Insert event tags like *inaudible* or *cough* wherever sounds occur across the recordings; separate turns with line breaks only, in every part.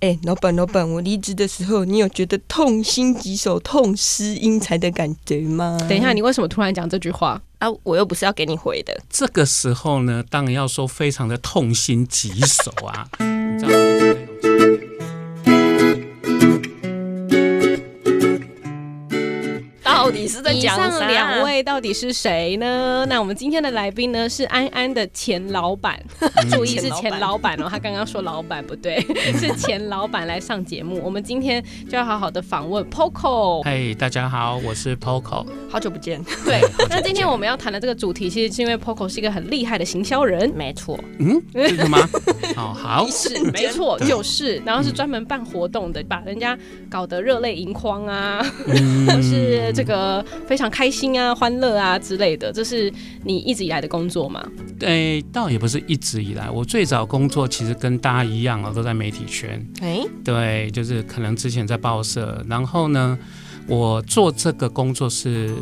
哎、老板，老板，我离职的时候，你有觉得痛心疾首、痛失英才的感觉吗？
等一下，你为什么突然讲这句话？
啊，我又不是要给你回的。
这个时候呢，当然要说非常的痛心疾首啊，你知道就是那种
到底是在
以
讲
上
啥
两位到底是谁呢？那我们今天的来宾呢是安安的前老板，注意是嗯前老板嗯哦，他刚刚说老板不对，是前老板来上节目。我们今天就要好好的访问 Poco。
嗨，哎大家好，我是 Poco。
好久不见，
对，那今天我们要谈的这个主题，其实是因为 Poco 是一个很厉害的行销人，没错，
嗯，这个吗？哦，好，
是没错，就是，然
嗯
后是专门办活动的，把人家搞得热泪盈眶啊，*laughs*
嗯
或是这个非常开心啊、欢乐啊之类的，这是你一直以来的工作嘛？
诶、哎倒也不是一直以来，我最早工作其实跟大家一样哦，都在媒体圈。
哎、
对，就是可能之前在报社，然后呢，我做这个工作是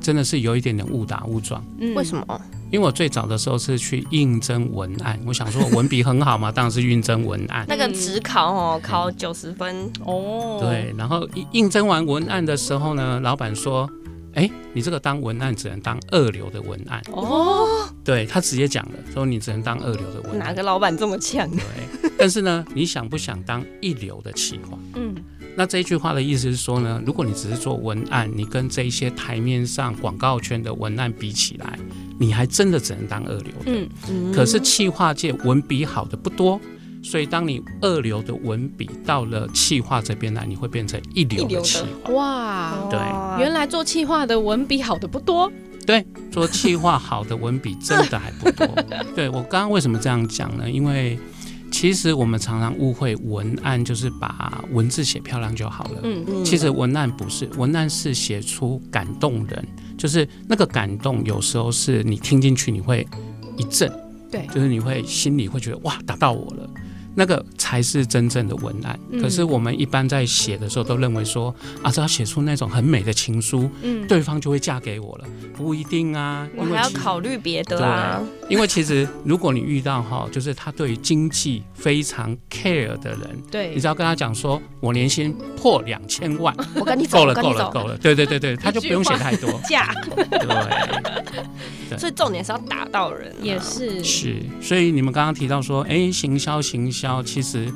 真的是有一点点误打误撞。
嗯
为什？么？
因为我最早的时候是去应征文案，我想说我文笔很好嘛，当然是应征文案。
那个只考哦，考九十分，
哦，
对，然后应应征完文案的时候呢，老板说：“哎，你这个当文案只能当二流的文案。
哦，”
对他直接讲了，说你只能当二流的文
哪
案。
个老板这么呛？
对，但是呢，你想不想当一流的企划？
嗯，
那这一句话的意思是说呢，如果你只是做文案，你跟这一些台面上广告圈的文案比起来，你还真的只能当二流的。
嗯
可是企划界文笔好的不多，所以当你二流的文笔到了企划这边来，你会变成一流
一流
的
的
企划。
哦
哇，
对
哇
原来做企划的文笔好的不多，
做企划好的文笔真的还
*laughs*
不多。对我刚刚为什么这样讲呢？因为其实我们常常误会文案就是把文字写漂亮就好了。
嗯
嗯
其实文案不是，文案是写出感动人，就是那个感动，有时候是你听进去你会一震，
对
就是你会心里会觉得哇打到我了，那个才是真正的文案。
嗯
可是我们一般在写的时候都认为说啊，只要写出那种很美的情书，
嗯，
对方就会嫁给我了，不一定啊，
我
因为
还要
其
考虑别的啊。
*laughs* 因为其实如果你遇到哈，就是他对于经济非常 care 的人。
对
你只，要跟他讲说，我年薪破两千万，
我跟你哦走，
够了，
我跟你
够了，
走。
够了，对对对
*laughs*
对，他就不用写太多，
价
*laughs* 对，
所以重点是要打到人、啊，
也是，
是，所以你们刚刚提到说，哎，行销，行销，其实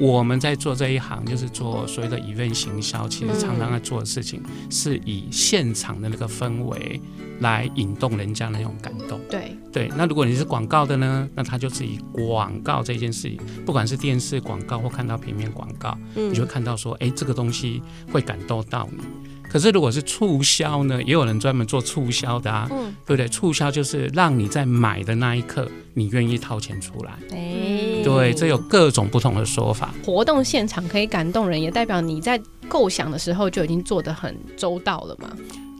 我们在做这一行，就是做所谓的 event 行销，其
嗯
实常常在做的事情，是以现场的那个氛围来引动人家那种感动。
对，
对，那如果你是广告的呢，那它就是以广告这件事情，不管是电视广告或看到平面广告，
嗯
你就会看到说，哎、这个东西会感动到你。可是如果是促销呢，也有人专门做促销的啊，
嗯
对不对？促销就是让你在买的那一刻，你愿意掏钱出来。
嗯
哎
对，这有各种不同的说法。
活动现场可以感动人，也代表你在构想的时候就已经做得很周到了嘛。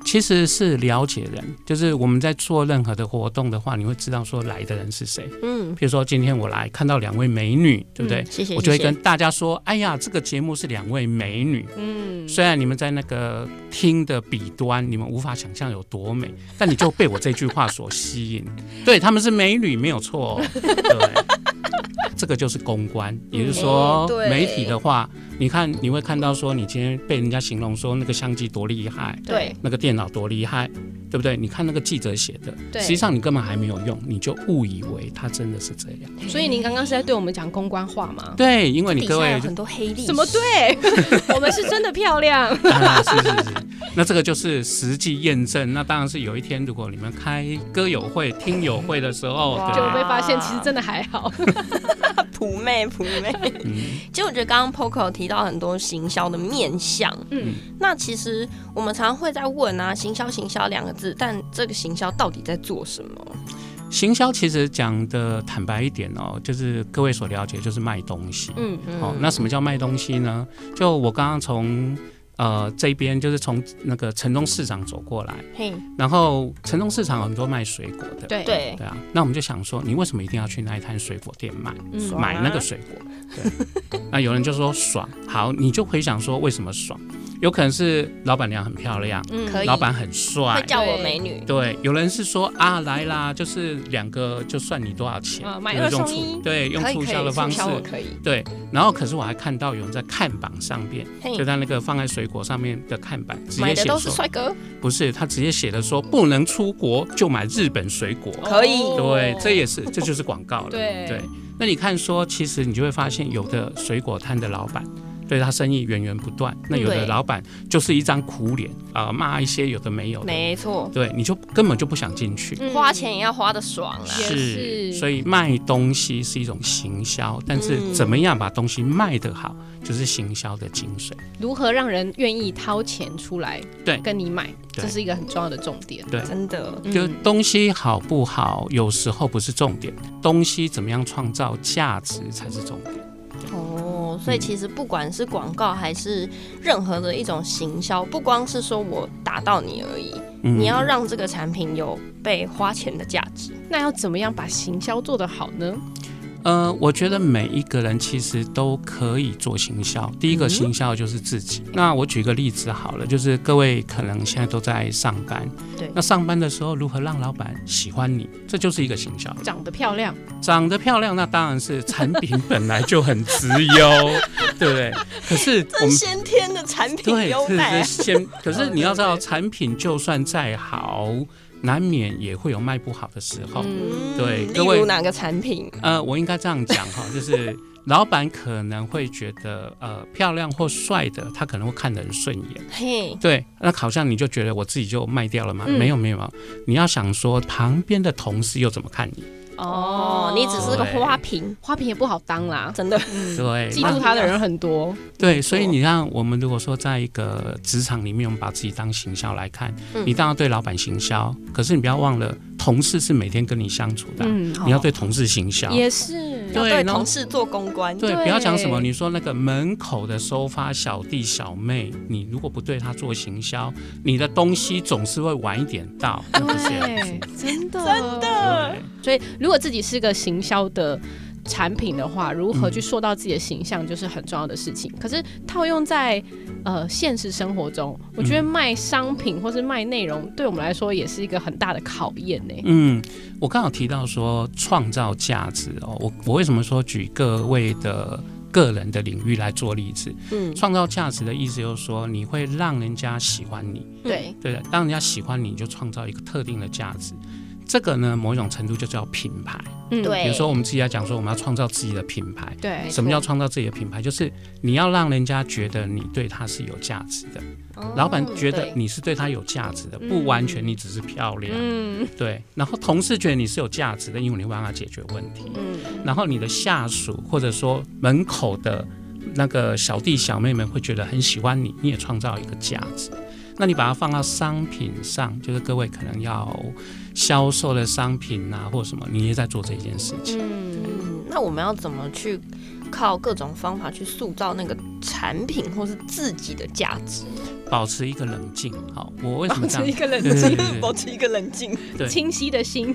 其实是了解人，就是我们在做任何的活动的话，你会知道说来的人是谁。
嗯，
比如说今天我来看到两位美女，对不
嗯
对？
谢谢，
我就会
谢谢
跟大家说：“哎呀，这个节目是两位美女。
嗯，
虽然你们在那个听的彼端，你们无法想象有多美，但你就被我这句话所吸
*laughs*
引。对，她们是美女，没有错、哦。对，这个就是公关，也就是
嗯，
说
对
媒体的话，你看你会看到说，你今天被人家形容说那个相机多厉害，
对
那个电脑多厉害，对不对？你看那个记者写的，
对
实际上你根本还没有用，你就误以为它真的是这样。
所以您刚刚是在对我们讲公关话吗？
对，因为你
哦底
各
下有
位就
很多黑历史，
怎么对？ *laughs* 我们是真的漂亮。
*laughs* 啊，是是是，那这个就是实际验证。那当然是有一天，如果你们开歌友会、听友会的时候，
哇
就被
对，
发现，其实真的还好。
啊普妹普妹。
嗯，
其实我觉得刚刚 Poco 提到很多行销的面向，
嗯，
那其实我们常常会在问啊，行销行销两个字，但这个行销到底在做什么？
行销其实讲的坦白一点哦，就是各位所了解，就是卖东西。
嗯
嗯
哦，那什么叫卖东西呢？就我刚刚从呃这边，就是从那个城中市场走过来，
嘿，
然后城中市场有很多卖水果的。
对，
对，
对啊，那我们就想说，你为什么一定要去那一摊水果店买？
爽
啊
买那个水果。对，那有人就说爽，好，你就回想说为什么爽？有可能是老板娘很漂亮，
嗯
可以
老板很
会
帅，
叫我美女，
对，有人是说啊，来啦，就是两个就算你多少钱，
呃
啊买
就是
二
用
送
促
一
对，用
可以
促
可以
销的方式
促销，我可以，
对。然后可是我还看到有人在看板上面，
嘿
就在那个放在水果上面的看板，直
嗯买
接
的
写
都是
说
帅哥，
不是，他直接写的说不能出国就买日本水果，
可以
对，这也是这就是广告了，
对
那你看说，其实你就会发现，有的水果摊的老板。对他生意源源不断，那有的
对
老板就是一张苦脸啊、骂一些有的没有的，
没错，
对，你就根本就不想进去。
嗯
花钱也要花的爽
啊
啦。
也是
所以卖东西是一种行销，但
嗯
是怎么样把东西卖得好，就是行销的精髓。
如何让人愿意掏钱出来
对
跟你买，
对
这是一个很重要的重点。
对，
真的，
嗯
就东西好不好，有时候不是重点，东西怎么样创造价值才是重点。
哦，
嗯
所以其实不管是广告还是任何的一种行销，不光是说我打到你而已，
嗯
你要让这个产品有被花钱的价值。
那要怎么样把行销做得好呢？
呃，我觉得每一个人其实都可以做行销。第一个
嗯
行销就是自己。那我举个例子好了，就是各位可能现在都在上班，
对
那上班的时候如何让老板喜欢你，这就是一个行销。
长得漂亮，
长得漂亮，那当然是产品本来就很直优，对不对？可是我
这
们
先天的产品
对，
优
这
待
是
啊，
先，可是你要知
哦
道，
对对
产品就算再好，难免也会有卖不好的时候。
嗯，
嗯
对
例
各位
如哪个产品？
呃，我应该这样讲
*laughs*
哈，就是老板可能会觉得，呃，漂亮或帅的，他可能会看得很顺眼。
嘿，
对，那好像你就觉得我自己就卖掉了吗？
嗯
没有没有，你要想说旁边的同事又怎么看你？
哦，你只是个
对
花瓶，
花瓶也不好当啦，
真的
对，
嫉
那
妒他的人很多，
对，所以你看，我们如果说在一个职场里面，我们把自己当行销来看，
嗯
你当然对老板行销，可是你不要忘了，同事是每天跟你相处的啊，
嗯，
你要对同事行销。
也是，
对
对
然后
同事做公关，
对，
对
不要讲什么，你说那个门口的收发小弟小妹，你如果不对他做行销，你的东西总是会晚一点到，那不是也不
对
行？，
真的真的。
对，
所以，如果自己是个行销的产品的话，如何去塑造自己的形象，就是很重要的事情。可是套用在呃现实生活中，我觉得卖商品或是卖内容，对我们来说也是一个很大的考验呢、
嗯，我刚好提到说创造价值哦，我我为什么说举各位的个人的领域来做例子？
嗯，
创造价值的意思就是说，你会让人家喜欢你，
对，
对的，让人家喜欢你，你就创造一个特定的价值。这个呢，某一种程度就叫品牌。
嗯，
对
比如说，我们自己来讲说，我们要创造自己的品牌。
对
没
什么
错
叫创造自己的品牌？就是你要让人家觉得你对他是有价值的，
哦
老板觉得
对
你是对他有价值的，
嗯
不完全你只是漂亮。
嗯
对，然后同事觉得你是有价值的，因为你会帮他解决问题。
嗯，
然后你的下属或者说门口的那个小弟小妹们会觉得很喜欢你，你也创造一个价值。那你把它放到商品上，就是各位可能要销售的商品啊，或什么，你也在做这件事情。
嗯，那我们要怎么去靠各种方法去塑造那个产品或是自己的价值？
保持一个冷静。好，我为什么
保
这
持一
样？
个冷
嗯
对
静、
对 *laughs* 对
保持一个冷静，
对
清晰的心，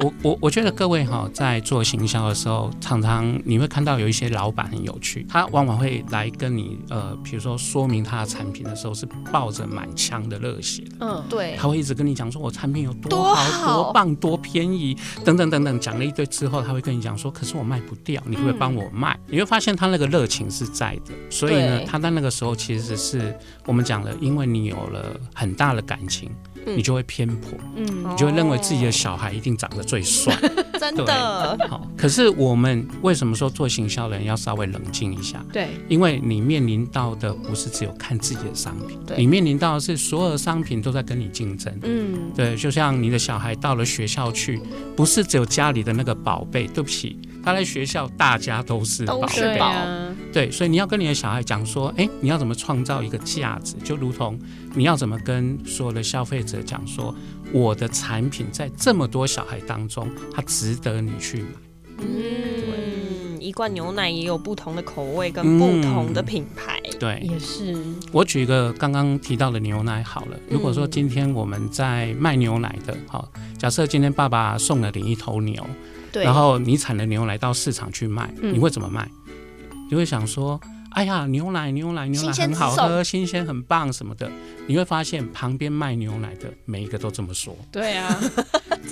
我我我觉得各位哈、在做行销的时候，常常你会看到有一些老板很有趣，他往往会来跟你呃，比如说说明他的产品的时候，是抱着满腔的热血的。
嗯，
*laughs*
对，
他会一直跟你讲说我产品有多
多
好、
好
多棒、多便宜等等等等，讲了一堆之后，他会跟你讲说，可是我卖不掉，你可不可以
嗯
帮我卖？你会发现他那个热情是在的，所以呢
对，
他在那个时候其实是我们讲了，因为你有了很大的感情，
嗯哦
你就会偏颇，
嗯
你就会认为自己的小孩一定长得最帅。
真的，
好，可是我们为什么说做行销的人要稍微冷静一下？
对，
因为你面临到的不是只有看自己的商品，
对
你面临到的是所有的商品都在跟你竞争。
嗯，
对，就像你的小孩到了学校去，不是只有家里的那个宝贝，对不起，他在学校大家都是宝
都是
对
贝。
啊，
对，所以你要跟你的小孩讲说，哎，你要怎么创造一个价值，就如同你要怎么跟所有的消费者讲说，我的产品在这么多小孩当中，它值得你去买。
嗯，一罐牛奶也有不同的口味跟
嗯
不同的品牌，
对，
也是，
我举一个刚刚提到的牛奶好了，如果说今天我们在卖牛奶的，好、假设今天爸爸送了你一头牛，
对
然后你产的牛奶到市场去卖，
嗯
你会怎么卖？你会想说，哎哎呀，牛奶牛奶牛奶
新鲜
很好
之手
喝，新鲜很棒什么的，你会发现旁边卖牛奶的每一个都这么说，
对啊，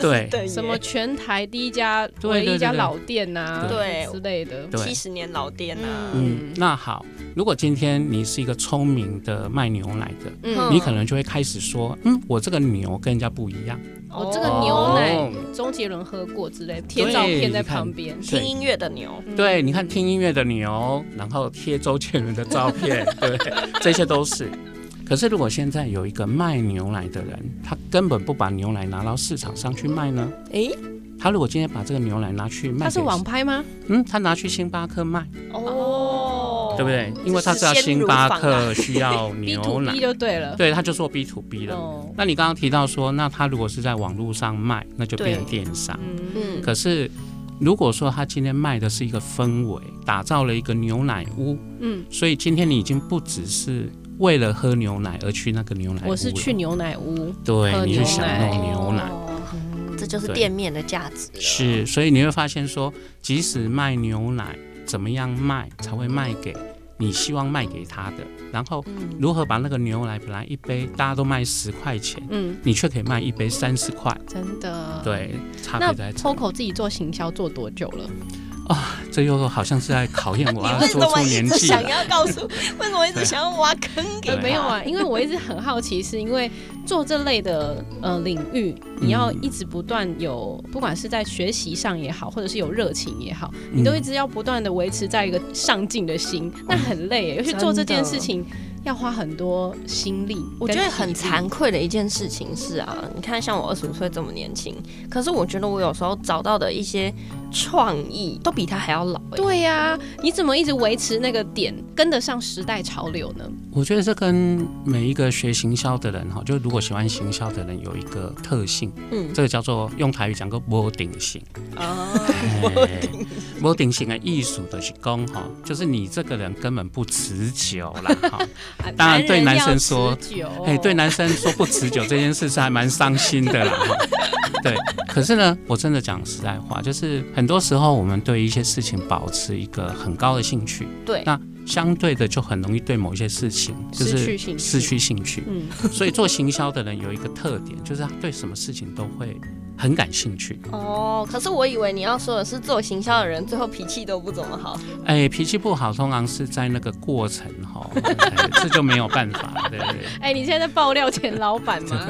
对
对耶
什么全台第一家
对
唯一一
对
家
对
老店呐、
对
之类的，
对
七。十年老店啊，
嗯，那好，如果今天你是一个聪明的卖牛奶的，
嗯
你可能就会开始说，嗯，我这个牛跟人家不一样，哦
我、哦这个牛奶周杰伦喝过之类，贴照片在旁边。嗯
听
对
音乐的牛，
对，你看听音乐的牛，然后贴周杰伦的照
*laughs*
片，对，这些都是。可是如果现在有一个卖牛奶的人，他根本不把牛奶拿到市场上去卖呢？
诶，
他如果今天把这个牛奶拿去卖，
他是网，拍吗？
嗯，他拿去星巴克卖，
哦
对不对？因为他知道
这是先
星
入
*laughs*
巴
坊
克需 *laughs* 要
？B
牛
to
奶
B，就对了。
对，他就做 B to B 了。
哦，
那你刚刚提到说，那他如果是在网络上卖，那就变成电商。
嗯，
嗯，
可是如果说他今天卖的是一个氛围，打造了一个牛奶屋，
嗯，
所以今天你已经不只是为了喝牛奶而去那个牛奶屋了，
我是去牛奶屋
对，
喝
你
牛
是想
奶
弄牛
啊
奶。
哦这就是
对
店面的价值了。
是，所以你会发现说，即使卖牛奶，怎么样卖才会卖给你希望卖给他的，然后
嗯
如何把那个牛奶本来一杯大家都卖十块钱，
嗯，
你却可以卖一杯三十块，
真的。。
对，
啊
差
那
别在这。
Poco 自己做行销做多久了？
这又好像是在考验
*laughs*
我要
为什
说出
么一
年
直
纪
想
了。
要告
*laughs*
诉？为什么一直想要挖坑给
对
呃
他？
没有啊，因为我一直很好奇，是因为做这类的呃领域，你要
嗯
一直不断有，不管是在学习上也好，或者是有热情也好，你
嗯
都一直要不断的维持在一个上进的心，那很累耶，尤其做这件事情要花很多心力，
哦我觉得很。惭愧的一件事情是啊，你看像我二十五岁这么年轻，可是我觉得我有时候找到的一些创意都比他还要老、欸。
对呀、你怎么一直维持那个点，跟得上时代潮流呢？
我觉得这跟每一个学行销的人哈，就如果喜欢行销的人有一个特性，
嗯
这个叫做用台语讲个摸顶性。
哦，
摸顶摸顶性的艺术的是讲哈，就是你这个人根本不持久啦哈。 *laughs*
啊
当然对啊男生说哎、
哦
对男生说不持久这件事是还蛮伤心的啦。哈对，可是呢，我真的讲实在话，就是很多时候我们对一些事情保持一个很高的兴趣，
对
那相对的就很容易对某一些事情就是
失去兴趣
失去兴趣。
嗯，
所以做行销的人有一个特点，就是他对什么事情都会很感兴趣。
哦，可是我以为你要说的是做行销的人最后脾气都不怎么好。
哎，脾气不好，通常是在那个过程哈、哎这就没有办法了，对不对？
哎、你现在在爆料前老
*laughs*
板吗？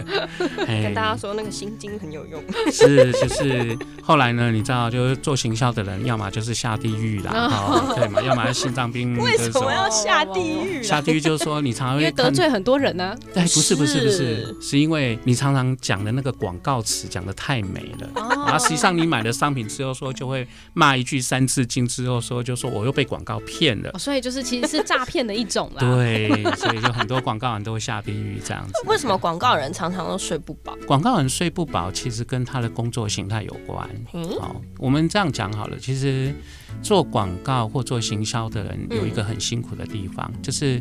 哎
*laughs* 嗯跟大家说那个心经很有
*laughs*
用， *laughs*
是，就是后来呢，你知道，就是做行销的人，要么就是下地狱啦，哦，对嘛，要么心脏病，
为
就是
什
什
么
么
要下地狱
下
啊？
地狱就是说你常常
因
会
为得
看，
罪很多人啊呢、
哎，不是不是不是
是，
是因为你常常讲的那个广告词讲的太美了。
哦
然后实际上你买了商品之后说就会骂一句三字经之后说就说我又被广告骗了
哦，，所以就是其实是诈骗的一种啦。
*laughs* 对，所以就很多广告人都会下地狱这样子。
为什么广告人常常都睡不饱？
广告人睡不饱，其实跟他的工作形态有关。
嗯，
好，我们这样讲好了。其实做广告或做行销的人有一个很辛苦的地方，就是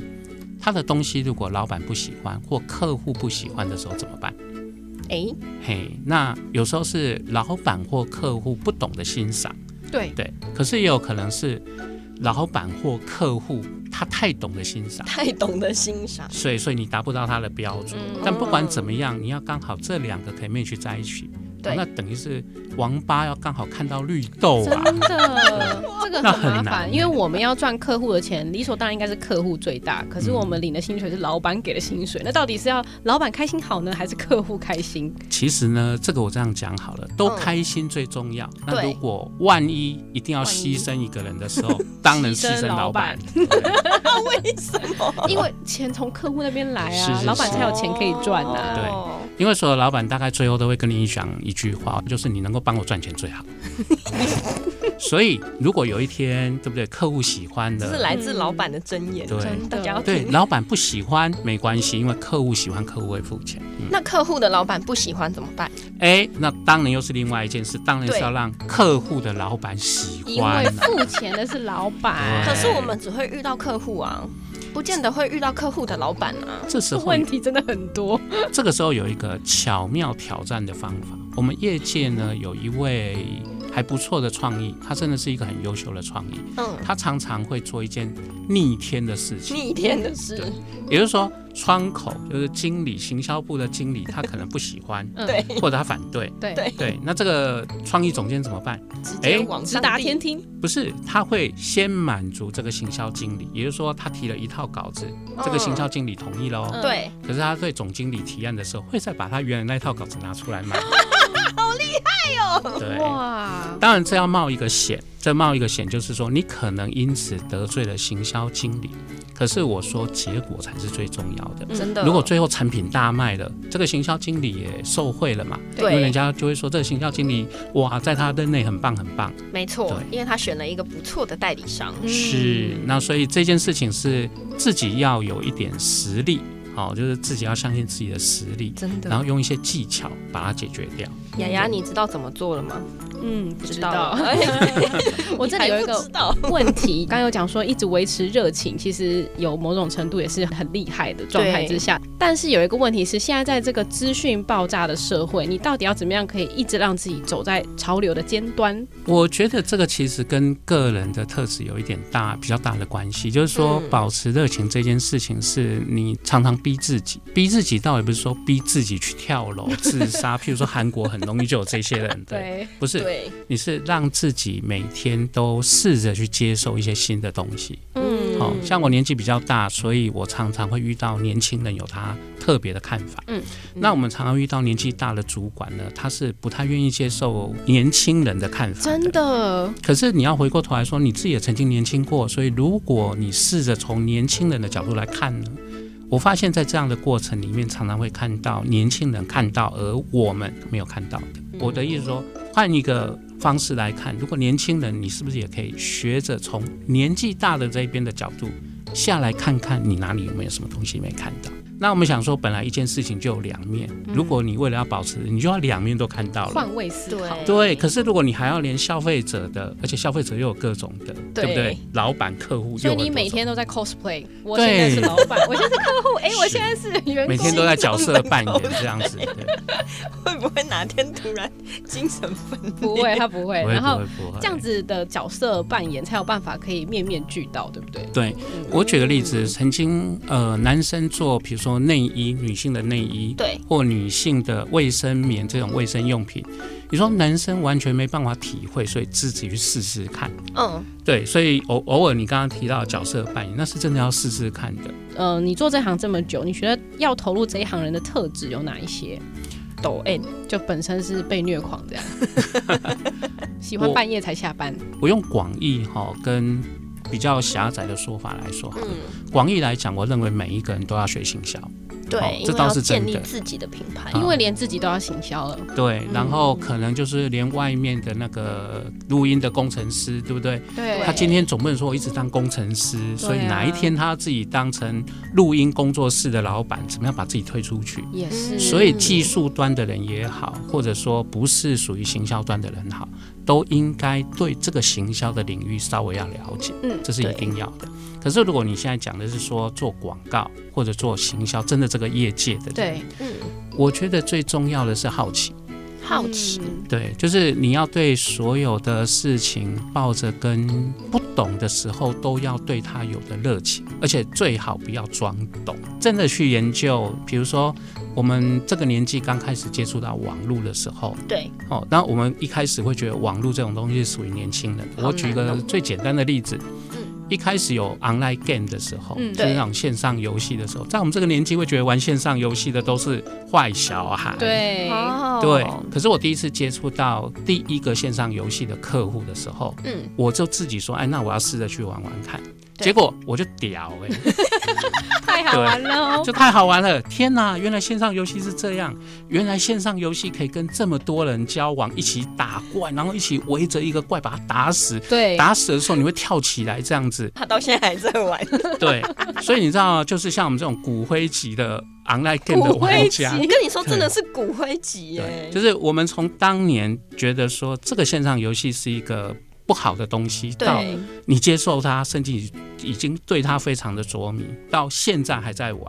他的东西如果老板不喜欢或客户不喜欢的时候怎么办？
哎、
嘿，那有时候是老板或客户不懂得欣赏，
对
对。可是也有可能是老板或客户他太懂得欣赏，
太懂得欣赏。
所以所以你达不到他的标准。
嗯
但不管怎么样，你要刚好这两个可以 match 在一起，
对
那等于是王八要刚好看到绿豆
*laughs*
啊。
真的，这个
那
很麻
很难
烦，
欸
因为我们要赚客户的钱，理所当然应该是客户最大。可是
嗯
我们领的薪水是老板给的薪水，那到底是要老板开心好呢，还是客户开心？
其实呢，这个我这样讲好了，都开心最重要。那
对
如果万一一定要
万一
牺牲一个人的时候， *laughs* 当然牺牲老板。
为什么？
因为钱从客户那边来
是
啊，
是
老板才有钱可以赚啊。
哦对因为所有老板大概最后都会跟你讲一句话，就是你能够帮我赚钱最 *laughs* 好。所以如果有一天，对不对，客户喜欢
这是
的，
来自老板的箴言。
对
真
大家要
的，
对，老板不喜欢没关系，因为客户喜欢，客户会付钱。
那客户的老板不喜欢怎么办？
哎，那当然又是另外一件事，当然是
对
要让客户的老板喜
因
欢、
为
啊。
付钱的是老板，
哎
可是我们只会遇到客户啊，不见得会遇到客户的老板啊。
这时候
问题真的很多。，
这个时候有一个巧妙挑战的方法。我们业界呢有一位还不错的创意，他真的是一个很优秀的创意。
嗯，
他常常会做一件逆天的事情，
逆天的事，
也就是说，窗口就是经理，行销部的经理，他可能不喜欢
嗯
对
或者他反对。
对
对
对，那这个创意总监怎么办？
直
哎
接往
直
上
达
递
天听，
不是，他会先满足这个行销经理，也就是说，他提了一套稿子，这个行销经理同意了哦。
嗯
对，
可是他对总经理提案的时候，会再把他原来那套稿子拿出来卖。 *laughs* 好厉害哦！对，
哇，
当然这要冒一个险，这冒一个险就是说，你可能因此得罪了行销经理。可是我说，结果才是最重要的。
嗯真的。
如果最后产品大卖了，这个行销经理也受贿了嘛？因为人
对，
家就会说这个行销经理哇，在他任内很棒很棒。
没错
对，
因为他选了一个不错的代理商，
嗯
嗯是，那所以这件事情是自己要有一点实力，好、就是自己要相信自己的实力，
真的
然后用一些技巧把它解决掉。
雅雅，你知道怎么做了吗？
嗯，不知 *laughs* 道，
了
我这里有一
你还不
个
知。道，
问题，刚刚有讲说一直维持热情，其实有某种程度也是很厉害的状态之下。但是有一个问题是，现在在这个资讯爆炸的社会，你到底要怎么样可以一直让自己走在潮流的尖端？
我觉得这个其实跟个人的特质有一点大比较大的关系，就是说
嗯
保持热情这件事情，是你常常逼自己，逼自己倒也不是说逼自己去跳楼自
*laughs*
杀，譬如说韩国很容易就有这些人，对，
对，
不是，
对，
你是让自己每天都试着去接受一些新的东西。
嗯
好、像我年纪比较大，所以我常常会遇到年轻人有他特别的看法。
嗯，
那我们常常遇到年纪大的主管呢，他是不太愿意接受年轻人的看法。
真。的，
可是你要回过头来说，你自己也曾经年轻过，所以如果你试着从年轻人的角度来看呢，我发现在这样的过程里面，常常会看到年轻人看到而我们没有看到的。我的意思说，换一个方式来看，如果年轻人，你是不是也可以学着从年纪大的这一边的角度下来看看你哪里有没有什么东西没看到？那我们想说，本来一件事情就有两面，如果你为了要保持，你就要两面都看到了。
换位思考，
对，可是如果你还要连消费者的，而且消费者又有各种的，对不对
对？
老板、客户，
所以
又有
你
很多
每
种
天都在 cosplay，我现在是老板，我现在是客户，哎、我现在是员工，
每天都在角色扮演这样子，对，
会不会哪天突然精神分裂？，
不会，他不会，
不会
然
不
后
会不会
这样。子的角色扮演才有办法可以面面俱到，对不对？
对我举个例子，曾经呃，男生做比如说内衣，女性的内衣，
对，
或女性的卫生棉这种卫生用品，你说男生完全没办法体会，所以自己去试试看。
嗯，
对，所以偶偶尔你刚刚提到的角色扮演，那是真的要试试看的。
呃，你做这行这么久，你觉得要投入这一行人的特质有哪一些？
抖 M，
就本身是被虐狂这样，
*laughs*
喜欢
我
半夜才下班，
我用广义哈、跟比较狭窄的说法来说好了，
嗯，
广义来讲，我认为每一个人都要学行销，哦
对，因
这
为
倒
要
是
建
真
立
的
自己的品牌，
啊
因为连自己都要行销了，
对，然后可能就是连外面的那个录音的工程师，对不对？
对
他今天总不能说我一直当工程师，所以
对啊
哪一天他自己当成录音工作室的老板，怎么样把自己推出去？
也是，
所以技术端的人也好，或者说不是属于行销端的人好，都应该对这个行销的领域稍微要了解，
嗯
这是一定要的。可是如果你现在讲的是说做广告或者做行销，真的这个业界的人，
对
嗯，
我觉得最重要的是好奇，
好奇，
嗯
对，就是你要对所有的事情抱着跟不懂的时候都要对它有的热情，而且最好不要装懂，真的去研究。比如说，我们这个年纪刚开始接触到网络的时候，
对，
哦，那我们一开始会觉得网络这种东西是属于年轻人的。
好
我举一
难
个
哦
最简单的例子，一开始有 online game 的时候，
嗯
就是
对
那种线上游戏的时候，在我们这个年纪会觉得玩线上游戏的都是坏小孩。。
对，
哦
对，可是我第一次接触到第一个线上游戏的客户的时候，
嗯，
我就自己说，哎，那我要试着去玩玩看。
对
结果我就屌哎、
*laughs* 太好玩了哦，
就太好玩了！天哪，原来线上游戏是这样，原来线上游戏可以跟这么多人交往，一起打怪，然后一起围着一个怪把它打死。
对，
打死的时候你会跳起来这样
*laughs*
子
他到现在还在玩，
对，所以你知道，就是像我们这种骨灰级的 online game 的
骨灰
玩
级
家，
我跟你说，真的是骨灰级
对，
耶，
就是我们从当年觉得说这个线上游戏是一个不好的东西，到
对，
你接受它，甚至已经对它非常的着迷，到现在还在玩，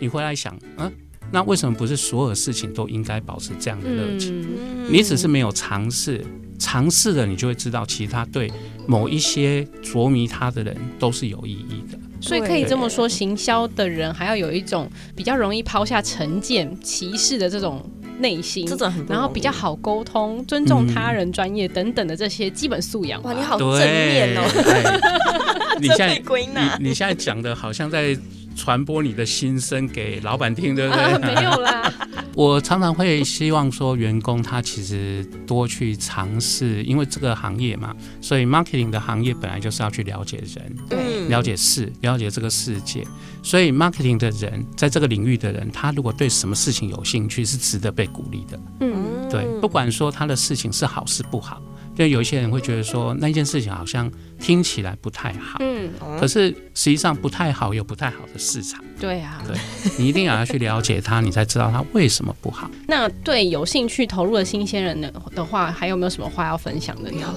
你回来想，嗯，那为什么不是所有事情都应该保持这样的热情？
嗯，
你只是没有尝试，尝试了，你就会知道，其实它对某一些着迷它的人都是有意义的。
所以可以这么说，行销的人还要有一种比较容易抛下成见、歧视的这种内心
这，种很不
然后
容
比
易
较好沟通、尊重
嗯
他人专业等等的这些基本素养吧。
哇，你好正
对，
面哦，
哎你现
*laughs* 真被
在
归纳。
你你现在讲的好像在传播你的心声给老板听，对不
*laughs*
对？
啊，没有啦，
*laughs* 我常常会希望说，员工他其实多去尝试，因为这个行业嘛，所以 marketing 的行业本来就是要去了解人、
嗯
了解事、了解这个世界。所以 marketing 的人，在这个领域的人，他如果对什么事情有兴趣，是值得被鼓励的。
嗯，
对，不管说他的事情是好是不好，因为有一些人会觉得说那件事情好像听起来不太好，
嗯，
可是实际上不太好有不太好的市场， *laughs*
对啊。
你一定要去了解它，你才知道它为什么不好。
那对有兴趣投入的新鲜人的的话，还有没有什么话要分享的呢？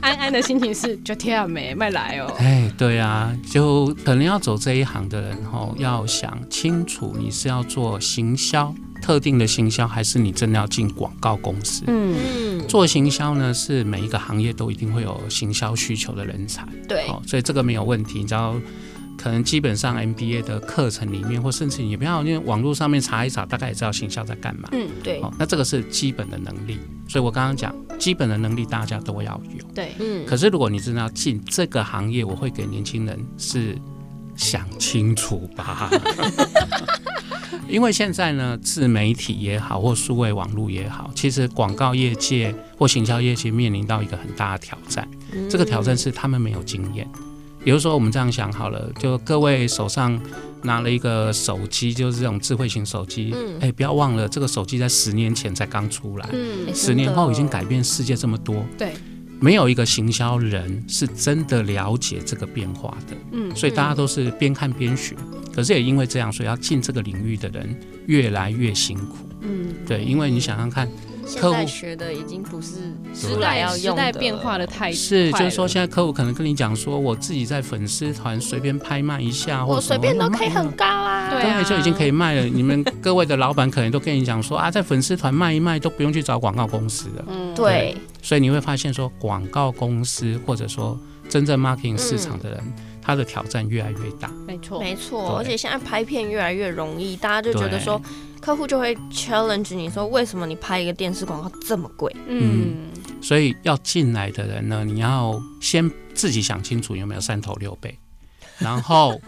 安安的心情是就天没卖来
*laughs*
哦。
哎，对啊，就可能要走这一行的人吼，要想清楚你是要做行销，特定的行销，还是你真的要进广告公司？
嗯，
嗯，
做行销呢，是每一个行业都一定会有行销需求的人才，
对，
哦，所以这个没有问题。你知道，可能基本上 MBA 的课程里面，或甚至你不要因为网络上面查一查，大概也知道行销在干嘛。
对，
哦，那这个是基本的能力，所以我刚刚讲基本的能力大家都要有。
对，
嗯，
可是如果你真的要进这个行业，我会给年轻人是想清楚吧， *laughs* 因为现在呢，自媒体也好，或数位网络也好，其实广告业界或行销业界面临到一个很大的挑战，这个挑战是他们没有经验。比如说，我们这样想好了，就各位手上拿了一个手机，就是这种智慧型手机，哎、不要忘了，这个手机在十年前才刚出来，
嗯，
十年后已经
改。
改变世界这么多，
对，
没有一个行销人是真的了解这个变化的，
嗯，
所以大家都是边看边学。可是也因为这样，所以要进这个领域的人越来越辛苦。
嗯，
对，因为你想想看，
现
客户
在学的已经不是
时
出来
代
要
时
用
代
的
变化的太
是
快
就
了
是说，现在客户可能跟你讲说，我自己在粉丝团随便拍卖一下，
我
或者什
随
么
便都
那
可以很高啊。
对啊
对，就已经可以卖了。你们各位的老板可能都跟你讲说啊，在粉丝团卖一卖都不用去找广告公司了。
嗯，
对，
所以你会发现说，广告公司或者说真正 marketing 市场的人，他的挑战越来越大。
没错，
没错，
对
而且现在拍片越来越容易，大家就觉得说，客户就会 challenge 你说，为什么你拍一个电视广告这么贵？
嗯，
所以要进来的人呢，你要先自己想清楚有没有三头六臂，然后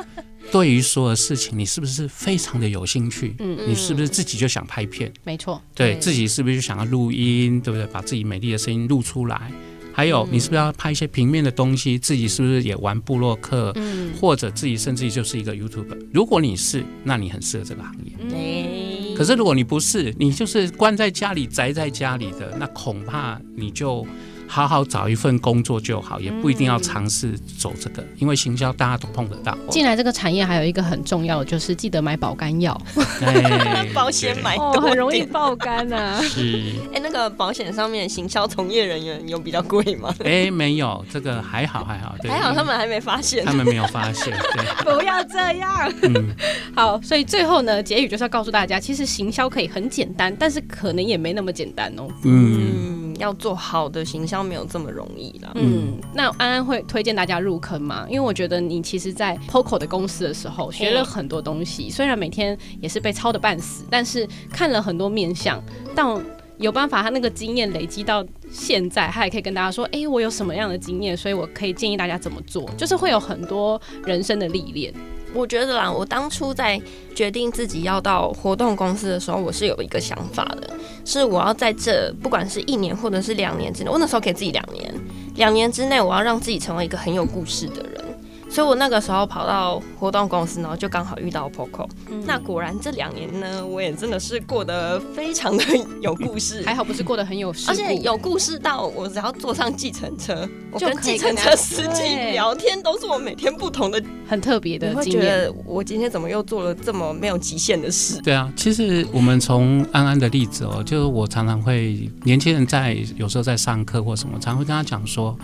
对于所有事情，你是不是非常的有兴趣？
嗯
你是不是自己就想拍片？
没错，
对
对
自己是不是就想要录音？对不对？把自己美丽的声音录出来。还有，你是不是要拍一些平面的东西？自己是不是也玩部落客？
嗯，
或者自己甚至就是一个 YouTuber？如果你是，那你很适合这个行业。
哎
嗯
可是如果你不是，你就是关在家里、宅在家里的，那恐怕你就好好找一份工作就好，也不一定要尝试走这个，因为行销大家都碰得到。
进来这个产业还有一个很重要的就是记得买保肝药，
哎
*laughs* 保险买
哦，很容易爆肝啊。
*laughs*
是
哎，那个保险上面行销从业人员有比较贵吗？
哎，没有这个还好还好，对，
还好他们还没发现
嗯他。们没有发现，对，
不要这样。
嗯，
好，所以最后呢，结语就是要告诉大家，其实行销可以很简单，但是可能也没那么简单哦。
嗯
嗯，要做好的行销没有这么容易啦。
嗯，那安安会推荐大家入坑吗？因为我觉得你其实，在 POCO 的公司的时候学
嗯
了很多东西，虽然每天也是被操的半死，但是看了很多面相，但我有办法，他那个经验累积到现在，他也可以跟大家说，哎、我有什么样的经验，所以我可以建议大家怎么做，就是会有很多人生的历练。
我觉得啦，我当初在决定自己要到活动公司的时候，我是有一个想法的，是我要在这不管是一年或者是两年之内，我那时候给自己两年，两年之内我要让自己成为一个很有故事的人。所以我那个时候跑到活动公司，然后就刚好遇到 POCO、那
嗯
果然这两年呢，我也真的是过得非常的有故事，
还好不是过得很有事故，
而且有故事到我只要坐上计程车，我
就
跟
可以
计
跟
程
他
车司机
对
聊天都是我每天不同的
很特别的
你会
经
觉
验。
得我今天怎么又做了这么没有极限的事？
对啊，其实我们从安安的例子哦，就是我常常会年轻人在有时候在上课或什么，常会跟他讲说，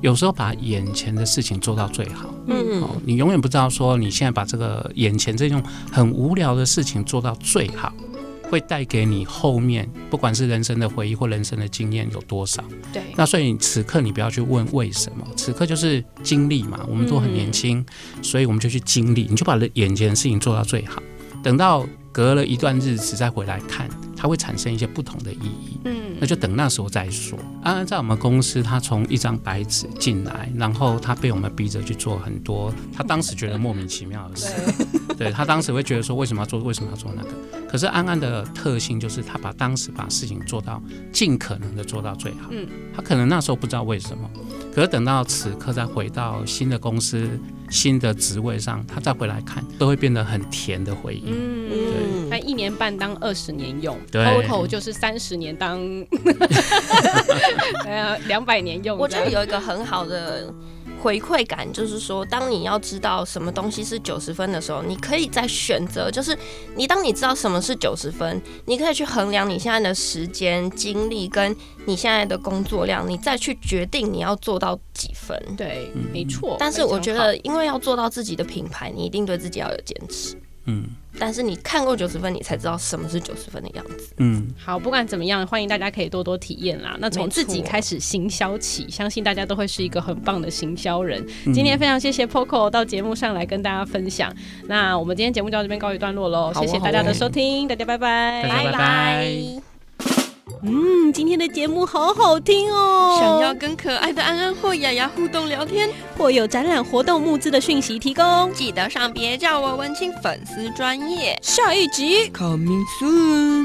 有时候把眼前的事情做到最好。
嗯
哦，你永远不知道说你现在把这个眼前这种很无聊的事情做到最好，会带给你后面不管是人生的回忆或人生的经验有多少。
对，
那所以此刻你不要去问为什么，此刻就是经历嘛，我们都很年轻，
嗯
所以我们就去经历，你就把眼前的事情做到最好，等到隔了一段日子再回来看，它会产生一些不同的意义。
嗯
那就等那时候再说。安安在我们公司，他从一张白纸进来，然后他被我们逼着去做很多他当时觉得莫名其妙的事。对他当时会觉得说为什么要做，为什么要做那个？可是安安的特性就是他把当时把事情做到尽可能的做到最好。
嗯，
他可能那时候不知道为什么，可是等到此刻再回到新的公司、新的职位上，他再回来看，都会变得很甜的回忆。
嗯。
嗯
那，一年半当二十年用
对
，total 就是三十年
*laughs*
当，呃，两百年用。
我觉得，有一个很好的回馈感，就是说，当你要知道什么东西是九十分的时候，你可以再选择，就是你当你知道什么是九十分，你可以去衡量你现在的时间、精力跟你现在的工作量，你再去决定你要做到几分。
对
嗯，
没错。
但是
非常
我觉
好
得，因为要做到自己的品牌，你一定对自己要有坚持。
嗯
但是你看过九十分，你才知道什么是九十分的样子。
嗯，
好，不管怎么样，欢迎大家可以多多体验啦。那从
没错
自己开始行销起，相信大家都会是一个很棒的行销人。
嗯
今天非常谢谢 Poco 到节目上来跟大家分享。那我们今天节目就到这边告一段落喽，
好哦
谢谢大家的收听，大家拜拜。
啊大家拜拜
嗯，今天的节目好好听哦。
想要跟可爱的安安或雅雅互动聊天，
或有展览活动募资的讯息提供。
记得上别叫我文青粉丝专业。
下一集 coming soon。